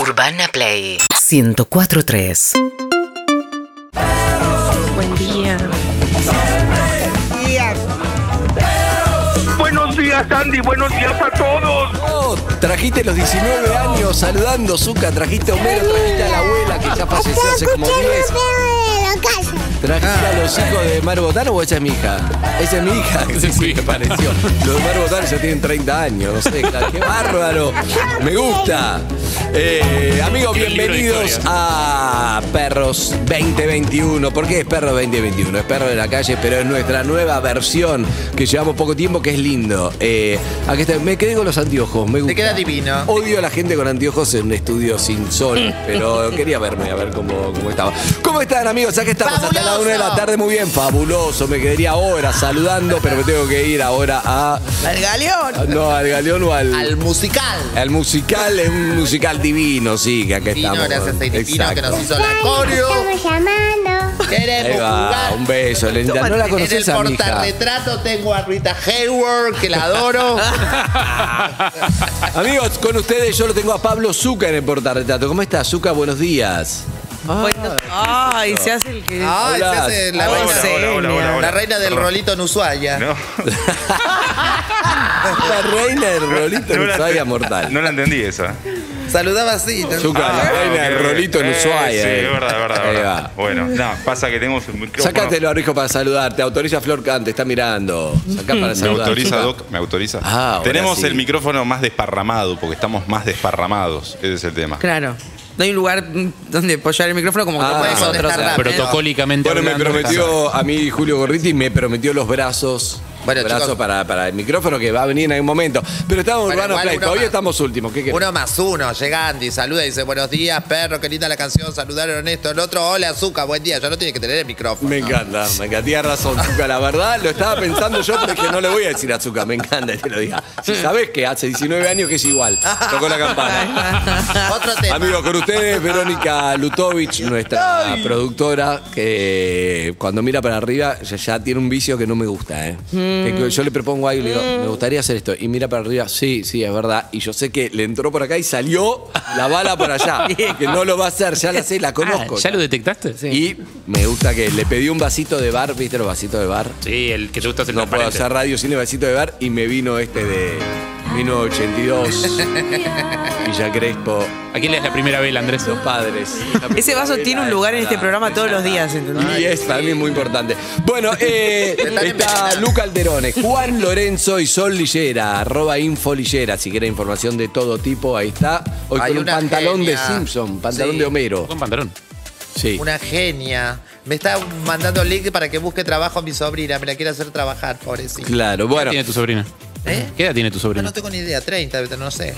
Urbana Play 1043. Buen día. Buenos días, Andy. Buenos días a todos. Oh, trajiste los 19 años saludando, Zuka. Trajiste a Homero, trajiste a la abuela que ya falleció hace como 10. Trajiste a los hijos de Mar Botano o esa es mi hija. Esa es mi hija, que sí, me pareció. Los de Mar Botano ya tienen 30 años, no sé, claro, qué bárbaro. Me gusta. Eh, amigos, libro de bienvenidos historias. a Perros 2021. ¿Por qué es Perros 2021? Es Perro de la Calle, pero es nuestra nueva versión que llevamos poco tiempo, que es lindo. Eh, aquí está, me quedé con los anteojos, me gusta. queda divino. Odio a la gente con anteojos en un estudio sin sol, Mm. pero quería verme a ver cómo, cómo estaba. ¿Cómo están, amigos? Aquí estamos hasta la Fabuloso. 1 de la tarde, muy bien, fabuloso. Me quedaría horas saludando, pero me tengo que ir ahora a. Al galeón. No, al galeón o al. Al musical. al musical es un musical divino, sí, que acá Divino, estamos. gracias a Divino que nos Exacto. hizo la coreo. llamando. Ahí Queremos va, jugar. un beso, linda. No la en el conoces a mi hija. portarretrato tengo a Rita Hayward, que la adoro. Ah, Amigos, con ustedes yo lo tengo a Pablo Zuca en el portarretrato. ¿Cómo estás, Zuca? Buenos días. Ay, se hace el que. Ay, se Hola. hace la, Hola, reina, hola, hola, hola, la reina del rolito en Ushuaia. No, La reina del rolito Ah. no en la Ushuaia enten- mortal. No la entendí esa. Saludaba así. ¿no? Zucca, la reina del Ah, ok, ok. rolito en Eh, Ushuaia. Sí, eh. es verdad, es verdad. es Ahí verdad. va. Bueno, no, pasa que tenemos un micrófono. Sácatelo, Arrijo, para saludarte. Autoriza Flor Cante, está mirando. Sacá para Me saludar. autoriza, Zucca. Doc, me autoriza. Ah, ahora Tenemos sí. el micrófono más desparramado, porque estamos más desparramados. Ese es el tema. Claro. No hay un lugar mm, donde apoyar el micrófono como Ah, que puedes donde otros. está o sea, rápido. Protocólicamente Bueno, me hablando, está- prometió a mí Julio Gorriti, me prometió los brazos. Bueno, los brazos chicos. para, para el micrófono que va a venir en algún momento. Pero estamos en Urbano Bueno, igual Play, uno todavía más. estamos últimos. ¿Qué querés? Uno más uno, llega Andy, saluda y dice buenos días, perro, qué linda la canción, saludaron esto, el otro, hola Zucca, buen día, ya no tiene que tener el micrófono. Me encanta, me encanta. Tienes razón, Zucca. La verdad, lo estaba pensando yo, pero es que no le voy a decir a Zucca. Me encanta que lo diga. Si sabes que hace 19 años que es igual. Tocó la campana. Otro tema. Amigos, con ustedes, Verónica Lutovich, nuestra productora, que cuando mira para arriba ya, ya tiene un vicio que no me gusta. ¿eh? Que- Mm. que yo le propongo algo y le digo, me gustaría hacer esto. Y mira para arriba, sí, sí, es verdad. Y yo sé que le entró por acá y salió la bala por allá. que no lo va a hacer, ya la sé, la conozco. Ah, ¿Ya lo detectaste? Y me gusta que le pedí un vasito de bar, ¿viste los vasitos de bar? Sí, el que te gusta es el No puedo transparente. hacer radio sin el vasito de bar y me vino este de. Ah. Vino 82, Villa Crespo, ¿A quién le das la primera vela, Andrés? los padres. Ese vaso tiene un lugar en este programa todos los días, ¿entendés? Y es para mí muy importante. Bueno, eh, están está envenenando. Luca Alderone, Juan Lorenzo y Sol Lillera, arroba info Lillera, si quiere información de todo tipo, ahí está. Hoy Hay con un una pantalón genia. de Simpson, pantalón Sí. de Homero. Con pantalón. Sí. Una genia. Me está mandando link para que busque trabajo a mi sobrina. Me la quiere hacer trabajar, pobrecita. Claro, ¿Qué edad bueno. tiene tu sobrina? ¿Eh? ¿Qué edad tiene tu No, sobrina? no tengo ni idea, 30, no sé.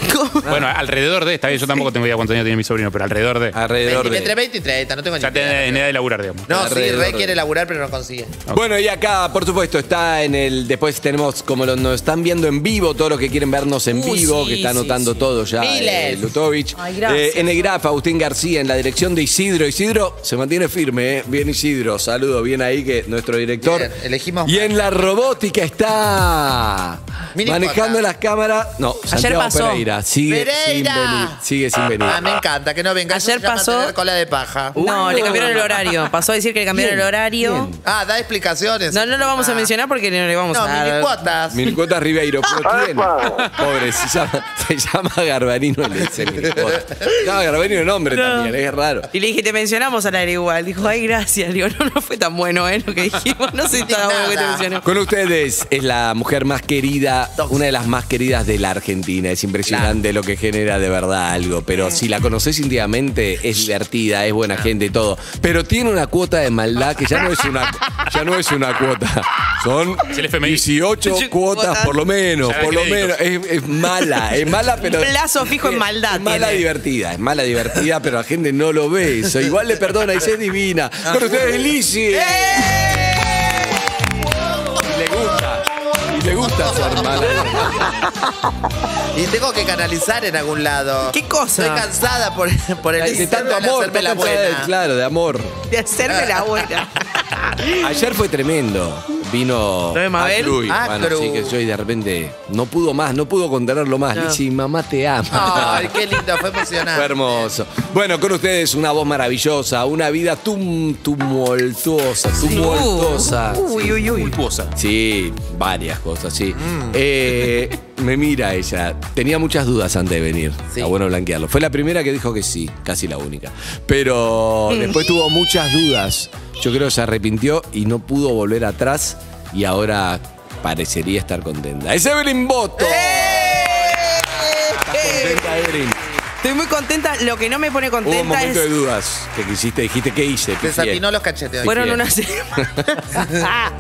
Bueno, alrededor de, está bien, yo tampoco tengo idea cuántos años tiene mi sobrino, pero alrededor de. Alrededor de. Entre 20 y 30, no tengo ni Ya tiene idea. en edad de laburar, digamos. No, sí, Alrededor re de- quiere laburar, pero no consigue. Bueno, y acá, por supuesto, está en el. Después tenemos, como lo- nos están viendo en vivo, todos los que quieren vernos en Uh, vivo, sí, que está sí, anotando sí. todo ya. eh, Miles. Lutovich. Eh, Ay, gracias. en el graf, Agustín García, en la dirección de Isidro. Isidro se mantiene firme, ¿eh? Bien, Isidro. Saludo, bien ahí, que nuestro director. Bien, elegimos- Y en la robótica está. Mini manejando Cota. las cámaras. No, Santiago pasó. Pereira. Sigue Pereira. sin venir. Sigue sin venir. Ah, me encanta, que no venga. eso Ayer se llama pasó- Uh. tener cola de paja. No, le cambiaron el horario. Pasó a decir que le cambiaron el horario. Ah, da explicaciones. No, no lo vamos a Ah. mencionar porque no le vamos No, a mini dar. cuotas. Minicota Ribeiro, ¿pero quién? Pobre, se llama, se llama Garbarino el de ese Minicota. No, Garbarino es un hombre también, es raro. Y le dije, te mencionamos al aire igual. Dijo, ay, gracias. Le digo, no, no fue tan bueno, ¿eh? Lo que dijimos. No sé si tan bueno que te mencioné. Con ustedes es la mujer más querida, una de las más queridas de la Argentina. Es impresionante lo que genera de verdad algo, pero si la conoces íntimamente es divertida, es buena gente y todo. Pero tiene una cuota de maldad que ya no es una, ya no es una cuota. Son Es el FMI. 18 cuotas por lo menos, Ya por lo menos. créditos. Es, es mala, es mala, pero... Plazo fijo en maldad Es mala tiene. divertida, es mala divertida, pero la gente no lo ve eso. Igual le perdona, dice es divina. Ah. Con ustedes, Lizzy. ¡Eh! Y le gusta. Y le gusta su hermana. Y tengo que canalizar en algún lado. ¿Qué cosa? Estoy cansada por, por el De tanto intento de amor, hacerme la tanto- buena. Ah. claro, de amor. De hacerme la buena. Ayer fue tremendo. vino ¿Lo de Mabel? Acrui, Ah, hermano, Acru. así que yo y de repente no pudo más, no pudo contenerlo más. No. Lichi, mamá te ama. Ay, qué lindo, Fue fue emocionante. hermoso. Bueno, con ustedes una voz maravillosa, una vida tum, tumultuosa, tumultuosa. Uh, Uy, uy, uy. Cultuosa. Sí, varias cosas, sí. Eh, me mira ella. Tenía muchas dudas antes de venir. Sí. Está bueno blanquearlo. Fue la primera que dijo que sí, casi la única. Pero después tuvo muchas dudas. Yo creo que se arrepintió y no pudo volver atrás. Y ahora parecería estar contenta. ¡Es Evelyn Boto! ¡Eh! ¿Estás contenta, Evelyn? Estoy muy contenta. Lo que no me pone Hubo un contenta momento de es. dudas que quisiste, dijiste, ¿qué hice? ¿Qué Desatinó los cachetes hoy. Fueron Sí. unas semanas.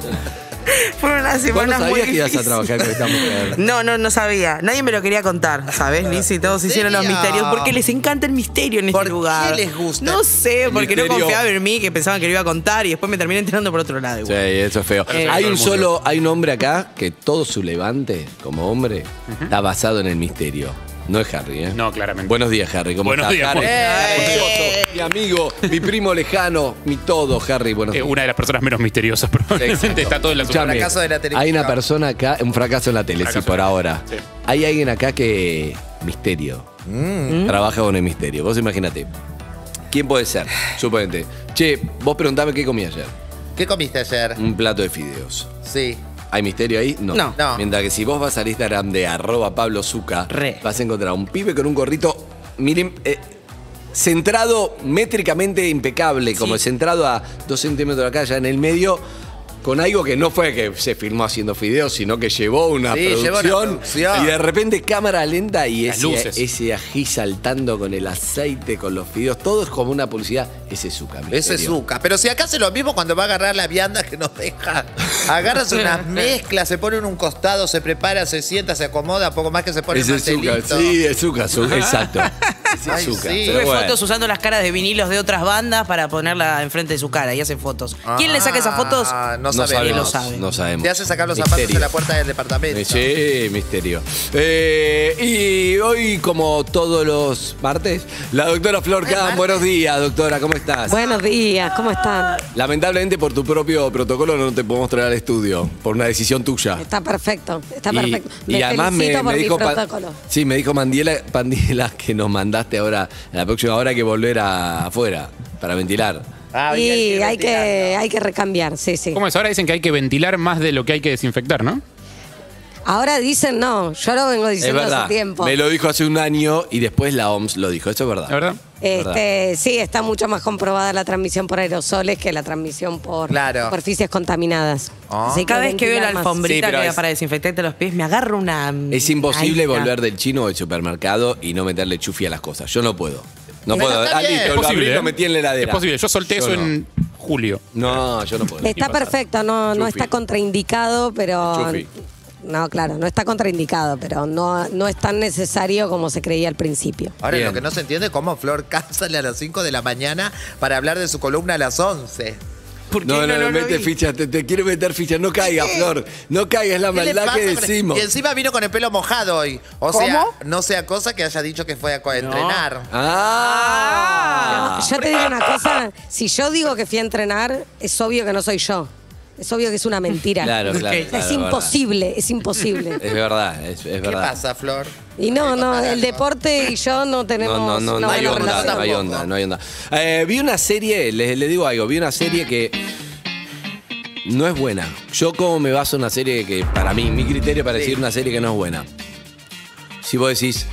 Fueron unas ¿Vos no semanas muy sabías que ibas a difíciles. trabajar con esta mujer? No, no, no sabía. Nadie me lo quería contar, ¿sabes, Lizzy? Todos ¿En hicieron los serio? misterios porque les encanta el misterio en este ¿Por qué lugar. les gusta? No sé, El porque no misterio. confiaba en mí, que pensaban que lo iba a contar y después me terminé enterando por otro lado. Sí, igual. eso es feo. hay Eh, todo un el mundo. solo, hay un hombre acá que todo su levante como hombre está basado en el misterio. No es Harry, ¿eh? No, claramente. Buenos días, Harry. ¿Cómo Buenos estás, días, Eh. Harry? Juan. Harry Pozo, Mi amigo, mi primo lejano, mi todo, Harry. Buenos Eh, días. una de las personas menos misteriosas, probablemente. Está todo en la Escuchame, superficie. fracaso de la televisión. Hay una persona acá, un fracaso en la tele, Fracaso sí, por en la ahora. tele, sí. Hay alguien acá que. Misterio. Mm. Mm. Trabaja con el misterio. Vos imagínate. ¿Quién puede ser? Suponete. Che, vos preguntame qué comí ayer. ¿Qué comiste ayer? Un plato de fideos. Sí. ¿Hay misterio ahí? No. No. No. Mientras que si vos vas al Instagram de arroba Pablo Zucca, Re. vas a encontrar un pibe con un gorrito, miren, eh, centrado métricamente impecable, como centrado a dos centímetros de acá, ya en el medio, con algo que no fue que se filmó haciendo fideos, sino que llevó una, Sí, producción, llevó una producción. Y de repente cámara lenta y Las ese, luces. ese ají saltando con el aceite, con los fideos, todo es como una publicidad. Ese es Zucca, Ese es misterio. azúcar. Pero si acá hace lo mismo cuando va a agarrar la vianda que nos deja. Agarras unas mezclas, se pone en un costado, se prepara, se sienta, se acomoda, poco más que se pone Es el Zucca, pastelito. sí, es Zucca, Zucca, exacto. Es el Ay, Zucca, sí. pero Sube bueno. fotos usando las caras de vinilos de otras bandas para ponerla enfrente de su cara y hace fotos. ¿Quién le saca esas fotos? Ah, no, No sabemos. Él lo sabemos. sabe. No sabemos. Te hace sacar los zapatos de Misterio. la puerta del departamento. Eh, Sí, misterio. Eh, y hoy, como todos los martes, la doctora Flor Kahn. Buenos días, doctora, ¿cómo estás? Buenos días, ¿cómo están? Lamentablemente, por tu propio protocolo, no te podemos traer al estudio, por una decisión tuya. Está perfecto, está Y- perfecto. Y, Les además me, felicito me por mi dijo Pan- protocolo. sí, me dijo Mandiela, Pandiela que nos mandaste ahora, en la próxima hora hay que volver a- afuera para ventilar. Ah, y bien, hay bien, que, hay que recambiar, sí, sí. ¿Cómo es? Ahora dicen que hay que ventilar más de lo que hay que desinfectar, ¿no? Ahora dicen no, yo lo vengo Es diciendo verdad. hace tiempo. Me lo dijo hace un año y después la OMS lo dijo. Eso es verdad. La verdad. Este, sí, está mucho más comprobada la transmisión por aerosoles que la transmisión por Claro. superficies contaminadas. Ah. Así Cada vez que veo la ventilar más. Sí, alfombrita pero que da es- para desinfectarte los pies, me agarro una. Es imposible Ahí está. volver del chino o del supermercado y no meterle chufi a las cosas. Yo no puedo. No Pero puedo. está Ah, bien. listo, Es lo posible, abrí, ¿eh? lo metí en la heladera. Es posible. Yo solté Yo eso no. en julio. No, yo no puedo. Está Ni pasar. perfecto, no, no Chufi. está contraindicado, pero. Chufi. No, claro, no está contraindicado, pero no, no es tan necesario como se creía al principio. Ahora, Bien. lo que no se entiende es cómo Flor Kahn sale a las 5 de la mañana para hablar de su columna a las 11. ¿Por qué No, no, no, lo mete vi? ficha, te, te quiero meter ficha, no caigas, Flor, no caigas, es la ¿Qué le maldad pasa que con- decimos. Y encima vino con el pelo mojado hoy. O sea, no sea cosa que haya dicho que fue a co- entrenar. Ah, Yo te digo una cosa, si yo digo que fui a entrenar, es obvio que no soy yo. Es obvio que es una mentira. claro, claro, Ok. claro, es imposible, es imposible. verdad. Es verdad, es, es ¿Qué verdad. pasa, Flor? Y no, no, el deporte y yo no tenemos No, no, no, una no hay buena onda, relación. no hay onda, no hay onda. Eh, vi una serie, le, le digo algo, vi una serie que no es buena. Yo como me baso en una serie que, para mí, mi criterio para decir una serie que no es buena. Si vos decís,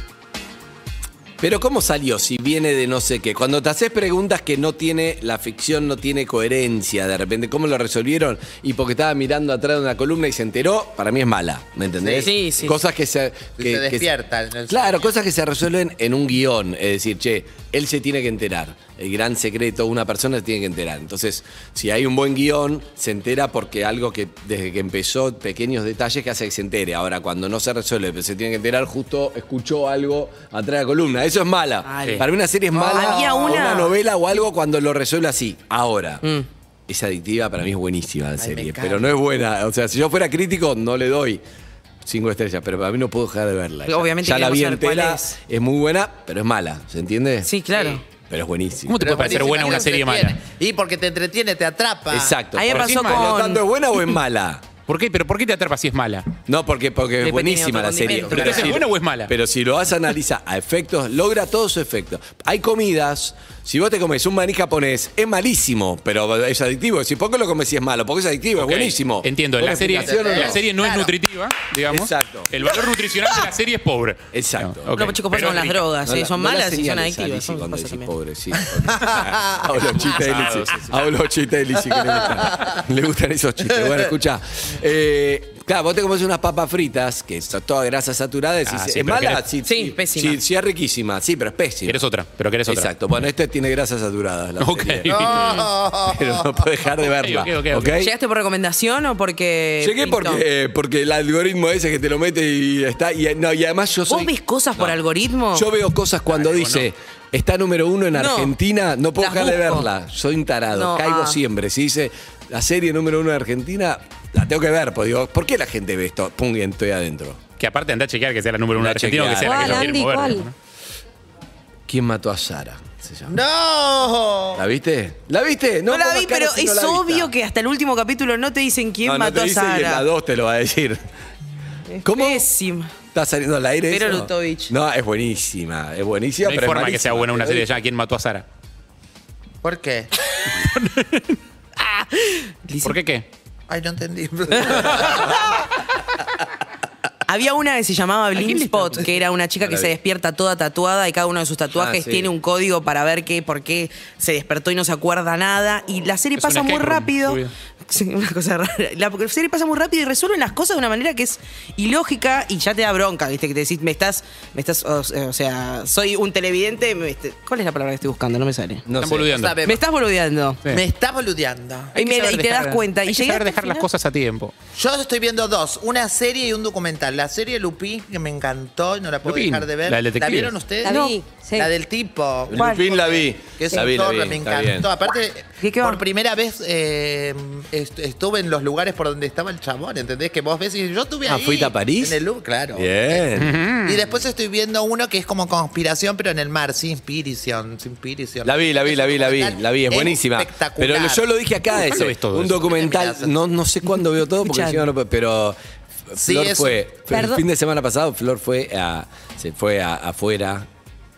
pero ¿cómo salió si viene de no sé qué? Cuando te haces preguntas que no tiene, la ficción no tiene coherencia, de repente, ¿cómo lo resolvieron? Y porque estaba mirando atrás de una columna y se enteró, para mí es mala, ¿me entendés? Sí, sí. Cosas que se... Se que- que se- despierta en el- Claro, cosas que se resuelven en un guión. Es decir, che, él se tiene que enterar. El gran secreto, una persona se tiene que enterar. Entonces, si hay un buen guión, se entera porque algo que desde que empezó, pequeños detalles que hace que se entere. Ahora, cuando no se resuelve, pero se tiene que enterar, justo escuchó algo atrás de la columna. Eso es mala. Vale. Para mí una serie es mala. Había o una- novela o algo cuando lo resuelve así. Ahora. Es adictiva, para mí es buenísima la serie, pero no es buena. O sea, si yo fuera crítico, no le doy cinco estrellas, pero para mí no puedo dejar de verla. Obviamente ya la queremos vi saber cuál entera, es. es muy buena, pero es mala, ¿se entiende? Sí, claro. Pero es buenísimo. ¿Cómo te puede parecer buena una serie mala? Y porque te entretiene, te atrapa. Exacto. Ahí me Por pasó encima, Por lo con- tanto, ¿es buena o es mala? ¿Por qué? ¿Pero por qué te atrapa si es mala? No, porque, porque Después es buenísima tiene otro la serie. condimento. ¿Pero entonces si- es buena o es mala? Pero si lo vas a analizar a efectos, logra todo su efecto. Hay comidas, si vos te comes un maní japonés, es malísimo, pero es adictivo. Si poco lo comes y es malo, porque es adictivo, Ok, es buenísimo. Entiendo, Buena la serie, explicación, ¿o la no? serie no es Claro. nutritiva, digamos. Exacto. El valor nutricional de la serie es pobre. Exacto. No, ok. No, pues, chicos, pasa Pero con las rica. drogas. No eh, la- Son no la malas y son señales, adictivas. Alicia, son- cuando pasa decís también. pobre, sí. Hablo chistes, Elici. Hablo chistes, Elici, que le gustan. Le gustan esos chistes. Bueno, escucha. eh, claro, vos te comes unas papas fritas, que son todas grasas saturadas. Ah, y, sí, ¿Es pero mala? querés- Sí, pésima. Sí, sí, es riquísima. Sí, pero es pésima. Querés otra, pero querés otra. Exacto. Bueno, este tiene grasas saturadas. La Ok. serie. No. Pero no puedo dejar de verla. ok, ok, ok. ¿ok? ¿Llegaste por recomendación o porque.? Llegué pintó? porque, eh, porque el algoritmo ese que te lo mete y está. Y, no, y además yo soy. ¿Vos ves cosas por algoritmo? Yo veo cosas cuando dice, está número uno en No. Argentina, no puedo Las dejar de busco. verla, soy un tarado, No, caigo ah. siempre. Si dice, la serie número uno en Argentina, la tengo que ver, pues digo, ¿por qué la gente ve esto? Pum, y estoy adentro. Que aparte anda a chequear que sea la número uno Andá a argentina o que sea chequear. la que ¿Cuál, no quiere Andy? mover. ¿Cuál? digamos, ¿Quién mató a Sara? Se llama. No. ¿La viste? ¿La viste? No la pongas vi, cara pero si no es la viste. obvio que hasta el último capítulo no te dicen quién No, no mató te dice a Y en la Sara. dos te lo va a decir. ¿Cómo? Pésima. ¿Está saliendo al aire Pero eso? Lutovich. No, es buenísima, es ¿no? buenísima, No hay pero es forma que malísima. sea buena una serie ya. ¿Quién mató a Sara? ¿Por qué? ¿Por qué qué? Ay, no entendí. Había una que se llamaba Blind Spot, que era una chica que la se vi. despierta toda tatuada y cada uno de sus tatuajes Ah, sí. tiene un código para ver qué, por qué se despertó y no se acuerda nada. Y la serie Es pasa un muy escape room, rápido. obvio. Sí, una cosa rara. La serie pasa muy rápido y resuelven las cosas de una manera que es ilógica y ya te da bronca, ¿viste? Que te decís, me estás, me estás, o, o sea, soy un televidente. me- este- ¿Cuál es la palabra que estoy buscando? No me sale. No Están sé. boludeando. Sabe- Me estás boludeando. Sí. Me está boludeando. Y, me- y te das cuenta. Hay y que saber llegaste dejar al las final. cosas a tiempo. Yo estoy viendo dos, una serie y un documental. La serie Lupín, que me encantó y no la puedo Lupin, dejar de ver. la detective. vieron ustedes? La vi, sí. La del tipo. Por fin la vi. Que es la un vi, la torre, vi, me está bien. encantó. Aparte, ¿Qué, qué va? por primera vez eh, est- estuve en los lugares por donde estaba el chabón, ¿entendés? Que vos ves y yo estuve Ah, ahí. ¿fuiste a París? En el Louvre, claro. Bien. Mm. Y después estoy viendo uno que es como conspiración, pero en el mar, sin inspiración, sin inspiración. La vi, la vi, la vi, la vi, la vi, es buenísima. Espectacular. Pero lo- yo lo dije acá, ¿Cuándo ese, ves todo un eso? documental, Mirás. no, no sé cuándo veo todo, porque Escuchá. encima no puedo- pero Sí, Flor es- fue, fue el Perdón. fin de semana pasado Flor fue a, se fue a- afuera,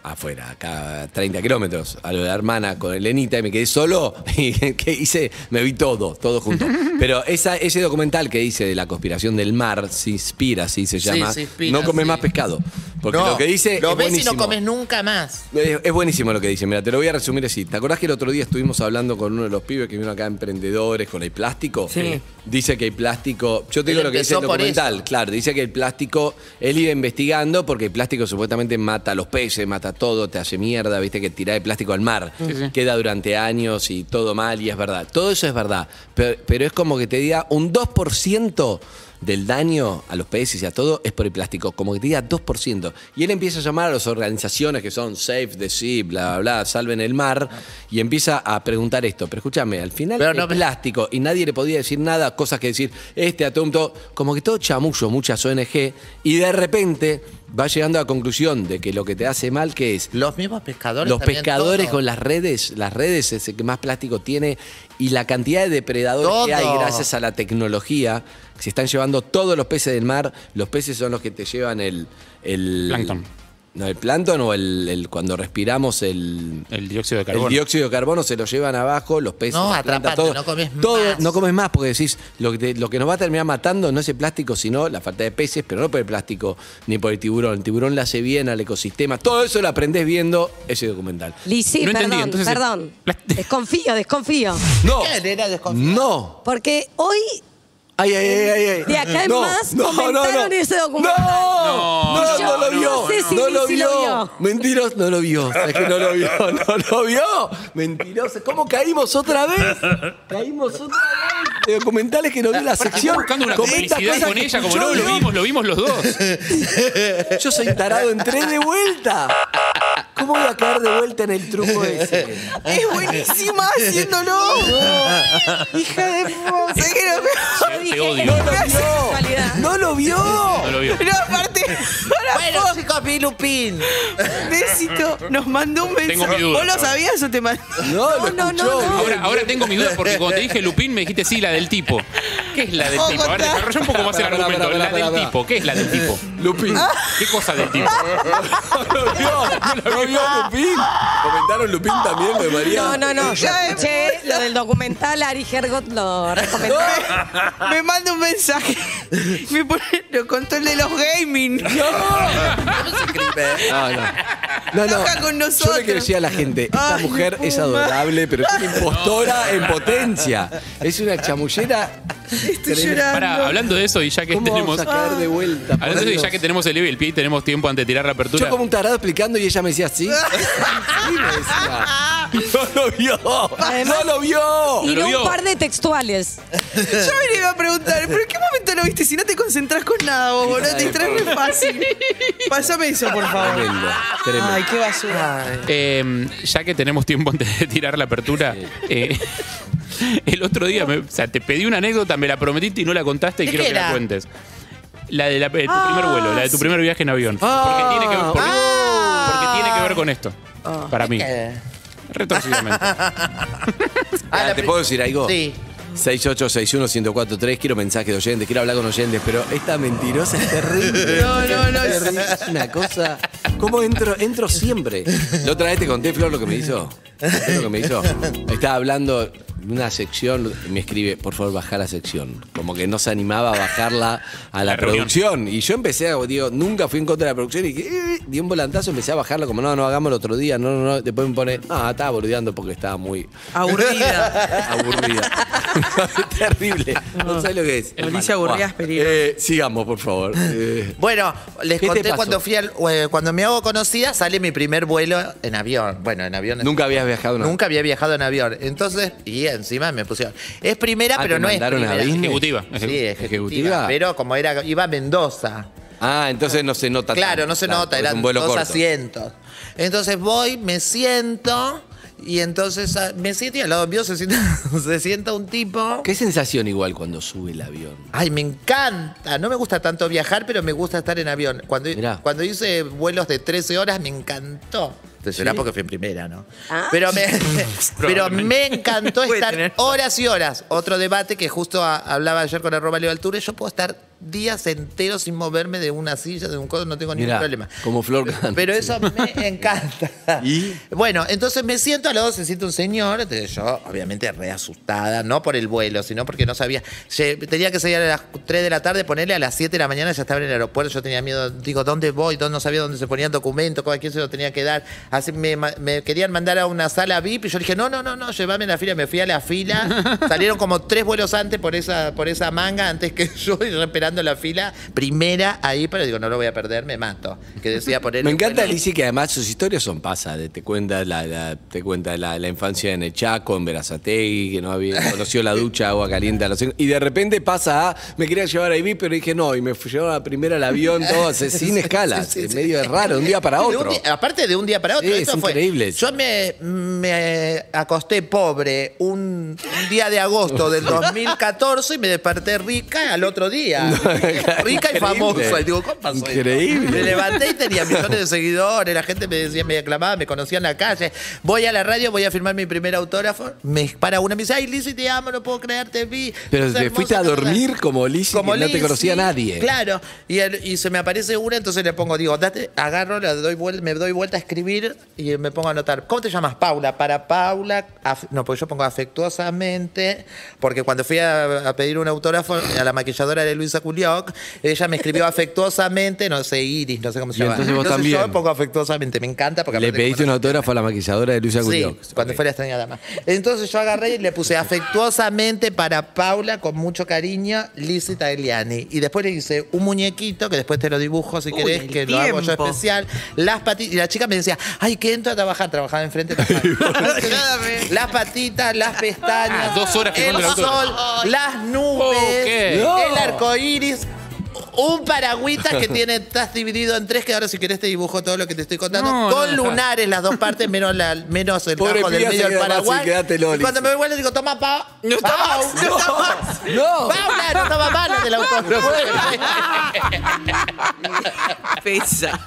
afuera, acá a 30 kilómetros, a lo de la hermana con Elenita y me quedé solo y que hice, me vi todo, todo junto. Pero esa, ese documental que dice de la conspiración del mar, se inspira, sí se Sí, llama, se inspira, no comes sí. más pescado, porque No, lo que dice Lo es ves y buenísimo. no comes nunca más. Es, es buenísimo lo que dice. Mira, te lo voy a resumir así. ¿Te acordás que el otro día estuvimos hablando con uno de los pibes que vino acá emprendedores con el plástico? Sí. Dice que el plástico. Yo te Él digo lo que dice el empezó por documental. eso. Claro, dice que el plástico. Él iba investigando porque el plástico supuestamente mata a los peces, mata todo, te hace mierda. Viste que tirar el plástico al mar queda durante años y todo mal y es verdad. Todo eso es verdad. Pero, pero es como que te diga un 2% del daño a los peces y a todo es por el plástico, como que te diga 2%. Y él empieza a llamar a las organizaciones que son Save the Sea, bla, bla, bla, salven el mar, y empieza a preguntar esto. Pero escúchame, al final Pero es no- plástico y nadie le podía decir nada, cosas que decir, este atunto, como que todo chamullo, muchas ONG, y de repente va llegando a la conclusión de que lo que te hace mal, que es? Los mismos pescadores. Los también, pescadores todo. con las redes, las redes es el que más plástico tiene y la cantidad de depredadores que Todo. hay gracias a la tecnología. Se están llevando todos los peces del mar. Los peces son los que te llevan el. el Plancton. No, el plancton o el, el- cuando respiramos el. El dióxido de El carbono. dióxido de carbono se lo llevan abajo, los peces. No, las plantas, atrapate, todo. no comes Todo- más. No comes más porque decís, lo que, te- lo que nos va a terminar matando no es el plástico, sino la falta de peces, pero no por el plástico ni por el tiburón. El tiburón le hace bien al ecosistema. Todo eso lo aprendés viendo ese documental. Lisi, No entendí, perdón, entonces- perdón. La- Desconfío, desconfío. No. ¿Qué? Era desconfiado. No. Porque hoy, Ay, ay, ay, ay, ay. De acá en no, más comentaron ese documental. No, no, no, Yo lo vio. no sé si no lo Lizzy lo vio. vio. Mentiros, no lo vio. Es que no lo vio, no lo vio. Mentiroso. ¿Cómo caímos otra vez? Caímos otra vez. De documentales que no vio la sección. Ah, Estamos buscando una Con estas complicidad cosas con que ella, como escuchó, no, lo ¿no? vimos, lo vimos los dos. Yo soy tarado, entré de vuelta. ¿Cómo voy a caer de vuelta en el truco ese? Es buenísima haciéndolo. Hija de puta. sé que no me- Te dije, odio. ¡No lo vio! ¡No lo vio! No lo vio. No, aparte, para Bueno, vos, chicos, mi Lupín. Ah, Besito, nos mandó un beso. Tengo mi duda, ¿Vos lo cabrón. sabías o te mandó? No, lo no, no, escuchó. no. Ahora, ahora tengo mi duda porque cuando te dije Lupín me dijiste sí, la del tipo. ¿Qué es la del Ojo, tipo? A ver, está. desarrolla un poco más el Pará, pará, argumento. pará, La pará, del pará. tipo. ¿Qué es la del tipo? Lupín. Ah. ¿Qué cosa del tipo? No lo vio. No lo vio Lupín. Comentaron Lupín también lo de María. No, no, no. Yo escuché lo del documental Ari Hergot lo recomendó. Me manda un mensaje. Me pone, lo contó el de los gaming. No, no. No, no. Enoja con Yo nosotros. le quiero decir a la gente, esta Ay, mujer Puma. es adorable, pero es una impostora en potencia. Es una chamullera. Estoy Tremendo. llorando. Pará, hablando de eso y ya que ¿Cómo tenemos. vamos a caer de vuelta? por Hablando de eso y ya Dios? que tenemos el el pie y tenemos tiempo antes de tirar la apertura. Yo como un tarado explicando y ella me decía, ¿sí? Sí, me decía. No lo vio. No lo vio. Y lo no vio. un par de textuales. Yo me le iba a preguntar, ¿pero en qué momento lo viste? Si no te concentrás con nada, vos, boludo, te distraes muy fácil. Pásame eso, por favor. Tremendo, tremendo. Ay, qué basura. Eh, ya que tenemos tiempo antes de tirar la apertura, eh, el otro día, me- o sea, te pedí una anécdota, me la prometiste y no la contaste y ¿De quiero qué que la era? cuentes. La de, la- de tu primer vuelo, la de tu primer viaje en avión. Ah, porque, tiene que ver, porque- ah. porque tiene que ver con esto, para mí, retorcidamente. Ah, Ah, la ¿Te pri- puedo decir algo? Sí. 6861-1043, quiero mensajes de oyentes, quiero hablar con oyentes, pero esta mentirosa es terrible. No, no, no, Es es- terrible, es una cosa. ¿Cómo entro? Entro siempre. La otra vez te conté, Flor, lo que me hizo. ¿Te conté lo que me hizo? Estaba hablando de una sección, me escribe, por favor, baja la sección. Como que no se animaba a bajarla a la, La reunión. producción. Y yo empecé, a- digo, nunca fui en contra de la producción y dije, eh, di un volantazo, empecé a bajarlo como, no, no, hagámoslo otro día, no, no, no. Después me pone, ah, estaba boludeando porque estaba muy Aburrida. aburrida. Terrible. No sabes lo que es. Alicia aburrida, pero. Eh, sigamos, por favor. Eh, Bueno, les ¿Qué te conté pasó? cuando fui al, eh, cuando me hago conocida, sale mi primer vuelo en avión. Bueno, en avión. Nunca habías viajado una Nunca había viajado en avión. Entonces, y encima me pusieron. Es primera, Ah, pero ¿te no es mandaron a primera. Disney? Ejecutiva. Sí, ejecutiva. ejecutiva. ¿Ejecutiva? Pero como era, iba a Mendoza. Ah, entonces no se nota. Claro, tanto, no se nota, porque es eran un vuelo dos corto. asientos. Entonces voy, me siento, y entonces ah, me siento y al lado mío se sienta, se sienta un tipo. Qué sensación igual cuando sube el avión. Ay, me encanta. No me gusta tanto viajar, pero me gusta estar en avión. Cuando, Mirá. cuando hice vuelos de 13 horas, me encantó. Te será porque fui en primera, ¿no? Pero, me, pero me encantó Puede estar tener. horas y horas. Otro debate que justo a- hablaba ayer con arroba Leo Altura, yo puedo estar días enteros sin moverme de una silla, de un codo, no tengo ningún Mirá, problema. como Flor Kahn. Pero eso me encanta. ¿Y? Bueno, entonces me siento al lado, se siente un señor, entonces yo obviamente re asustada, no por el vuelo, sino porque no sabía. Lle- tenía que salir a las 3 de la tarde, ponerle a las 7 de la mañana, ya estaba en el aeropuerto, yo tenía miedo, digo, ¿dónde voy? ¿Dónde no sabía dónde se ponían documentos? ¿A quién se lo tenía que dar? Así me, ma- me querían mandar a una sala VIP y yo dije, no, no, no, no, llévame a la fila, me fui a la fila. Salieron como tres vuelos antes por esa, por esa manga, antes que yo, y yo esperando la fila, primera ahí, pero digo, no lo voy a perder, me mato. Que decía poner Me encanta, Alicia, que además sus historias son pasadas. Te cuenta la, la- te cuenta la, la infancia en el Chaco, en Verazategui, que no había conocido la ducha, agua caliente a los cinco. Y de repente pasa a, me quería llevar a Ibi, pero dije no, y me fu- llevaron a la primera al avión, todo así, sin escalas. sí, sí. Medio raro, de un día para De un otro. día- aparte de un día para otro. Sí, esto es fue- increíble. Yo me, me acosté pobre un, un día de agosto del 2014 y me desperté rica al otro día. rica y increíble. famosa. Y digo, ¿cómo pasó esto? Increíble. Me levanté y tenía millones de seguidores. La gente me decía, me aclamaba, me conocía en la calle. Voy a la radio, voy a firmar mi primer autógrafo. Me para una y me dice, ay, Lizzy, te amo, no puedo creer, te vi. Pero Sos te hermosa, fuiste a ta, ta, ta". dormir como Lizzy, que no te Lizzy, conocía nadie. Claro, y, el- y se me aparece una, entonces le pongo, digo, date, agarro, la doy vuel- me doy vuelta a escribir y me pongo a anotar. ¿Cómo te llamas? Paula. Para Paula, af- no, porque yo pongo afectuosamente, porque cuando fui a, a pedir un autógrafo a la maquilladora de Luisa Culioc, ella me escribió afectuosamente, no sé, Iris, no sé cómo se Y llama. entonces vos también. yo pongo afectuosamente, me encanta porque Le aparte pediste como un no- autógrafo a la maquilladora de Luisa Sí, Guliox. cuando fue la extraña dama. Entonces yo agarré y le puse afectuosamente para Paula, con mucho cariño, Lizzie Tagliani. Y después le hice un muñequito, que después te lo dibujo si Uy, querés, el que lo hago yo tiempo. especial. Las patitas. Y la chica me decía, ay, que entro a trabajar, trabajaba enfrente. trabajaba. Déjame. las patitas, las pestañas, Ah, dos horas que el cuando el autor. ¡Oh! sol, las nubes, Ok. el arco iris. un paragüitas que tiene, estás dividido en tres, que ahora si querés te dibujo todo lo que te estoy contando, No, con no, no. lunares las dos partes, menos, la, menos el Pobre bajo del Pía, se medio del queda más y Paraguay. quédate, Loli. Y cuando me vuelvo le digo, toma pa. No está Pau, más. no está más. No. Paula, no toma más la del autor. Pesa.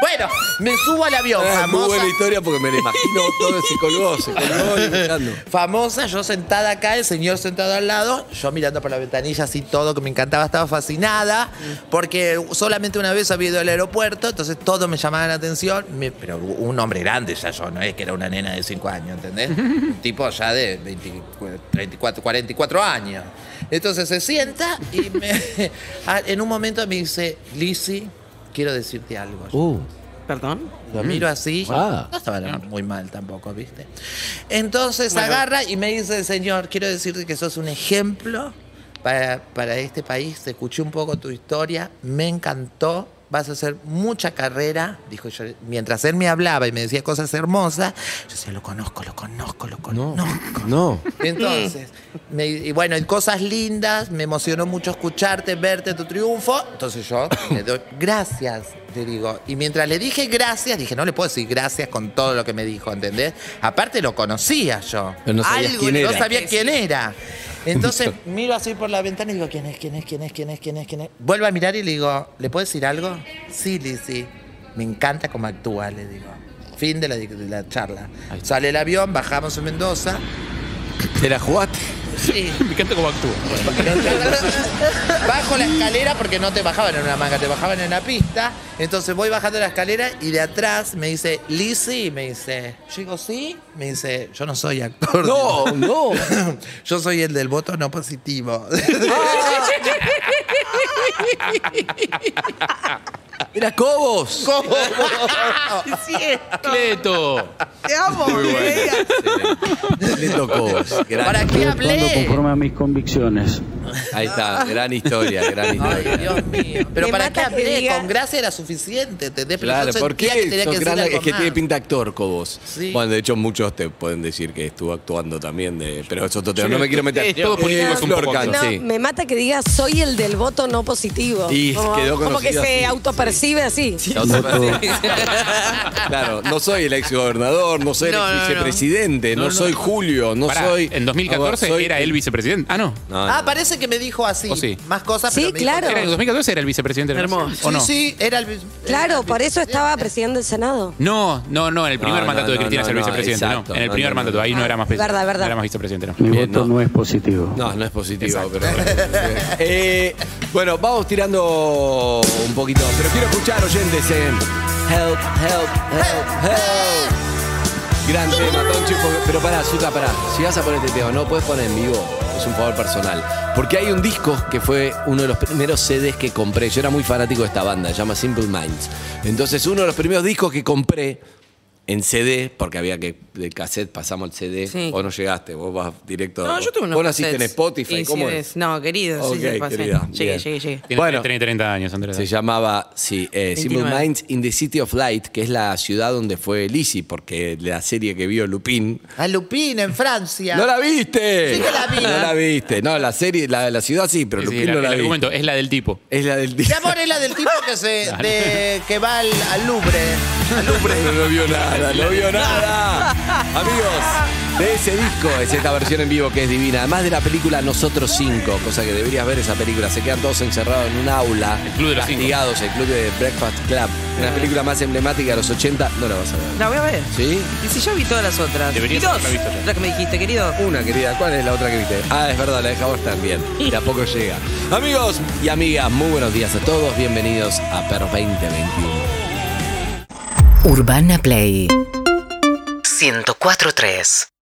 bueno, me subo al avión, Es Ah, muy famosa. buena historia porque me la imagino todo, se colgó, se colgó dibujando. Famosa, yo sentada acá, el señor sentado al lado, yo mirando por la ventanilla así todo, que me encantaba, estaba fascinada, porque solamente una vez había ido al aeropuerto, entonces todo me llamaba la atención, me- pero un hombre grande ya yo, no es que era una nena de 5 años, ¿entendés? un tipo ya de 24, 34, 44 años. Entonces se sienta y me- ah, en un momento me dice, Lizzie, quiero decirte algo. Perdón. Lo miro así. Mm. Ah. No estaba muy mal tampoco, ¿viste? Entonces agarra y me dice, señor, quiero decirte que sos un ejemplo para, para este país. Escuché un poco tu historia, me encantó. Vas a hacer mucha carrera, dijo yo. Mientras él me hablaba y me decía cosas hermosas, yo decía, lo conozco, lo conozco, lo conozco. No. Entonces, me- y bueno, y cosas lindas, me emocionó mucho escucharte, verte, tu triunfo. Entonces yo le doy gracias, le digo. Y mientras le dije gracias, dije, no le puedo decir gracias con todo lo que me dijo, ¿entendés? Aparte lo conocía yo. Pero no sabías quién no era. sabía quién era. Entonces miro así por la ventana y digo, ¿quién es, quién es, quién es, quién es, quién es, quién es? Vuelvo a mirar y le digo, ¿le puedo decir algo? Sí, Lizzy, me encanta cómo actúa, le digo. Fin de la, de la charla. Sale el avión, bajamos en Mendoza. Te la jugaste. Sí. Me encanta cómo actúa. Bajo la escalera porque no te bajaban en una manga, te bajaban en una pista. Entonces voy bajando la escalera y de atrás me dice, Lizzy, me dice, yo digo, ¿sí? Me dice, yo no soy actor. No, no. Yo soy el del voto no positivo. Ah. Era Cobos. ¿Cómo? Cleto. Te amo. Le tocó. Gran- ¿Para qué hablé? a mis convicciones. Ahí está, gran historia, gran Ay, historia. Dios mío. Pero Me ¿para mata qué que hablé? diga- Con gracia era suficiente. ¿entendés? Pero Claro, yo ¿por qué? sentía que tenía sos que decir gran- algo es que más. tiene pinta actor, Cobos. Sí. Bueno, de hecho, muchos te pueden decir que estuvo actuando también, de, pero es otro tema. Sí, No me quiero meter. todos políticos un poco Florcan, actor. No, sí. me mata que diga soy el del voto no positivo. Y como, quedó como que conocido así, se autopercibe así. Claro, no soy el ex gobernador, no soy el No, no, ex no. vicepresidente, no, soy Julio, no Pará, soy. Ah, en 2014 soy- era el vicepresidente. Ah, no. No, no. Ah, parece que me dijo así. ¿O sí? Más cosas, Sí, pero me dijo claro. Era, que- en 2014 era el vicepresidente de la Hermoso. Nación, ¿O no? Sí, sí, era el. Claro, era- por eso estaba presidiendo el Senado. No, no, no, en el primer No, mandato no, de Cristina no, es el no, vicepresidente, exacto, no. En el no, primer no, mandato, ahí no era más Verdad, vice- verdad. No era más vicepresidente, no. Mi Bien, voto no. no. es positivo. No, no es positivo, pero. Eh, bueno, vamos tirando un poquito. Pero quiero escuchar oyentes en. Help, help, help, help. Gran tema, Tonchi. porque- Pero pará, Zuka, pará. Si vas a poner este tema, no puedes poner en vivo. Es un favor personal. Porque hay un disco que fue uno de los primeros CDs que compré. Yo era muy fanático de esta banda, se llama Simple Minds. Entonces, uno de los primeros discos que compré en CD, porque había que del cassette pasamos al CD. Sí. Vos no llegaste, vos vas directo. No, yo tuve unos Vos naciste en cassettes. Spotify, Y ¿cómo sí, es? No, querido. sí, Ok, sí, pasé. querida, Llegué, bien. llegué, llegué. Tiene Bueno. 30, 30 años, Andrés. Se llamaba, sí, eh, Simple 29. Minds in the City of Light, que es la ciudad donde fue Lizzie, porque la serie que vio Lupin. A Lupín en Francia. ¡No la viste! Sí que la vi. No la viste. No, la serie, la, la ciudad sí, pero Sí, sí, Lupin la- no el la vi. argumento es la del tipo. Es la del Mi día. amor es la del tipo que se de- que va al, al Louvre. No, no vio nada, no vio nada. Amigos, de ese disco es esta versión en vivo que es divina. Además de la película Nosotros Cinco, cosa que deberías ver esa película. Se quedan todos encerrados en un aula, El Club de los Cinco. Eh. castigados, el club de Breakfast Club. Una película más emblemática de los 80, no la vas a ver. La voy a ver. ¿Sí? Y si yo vi todas las otras. Deberías Vi dos. haberla visto ya. La que me dijiste, querido. Una, querida. ¿Cuál es la otra que viste? Ah, es verdad, la dejamos también. De a poco llega. Amigos y amigas, muy buenos días a todos. Bienvenidos a Per 2021. Urbana Play 104.3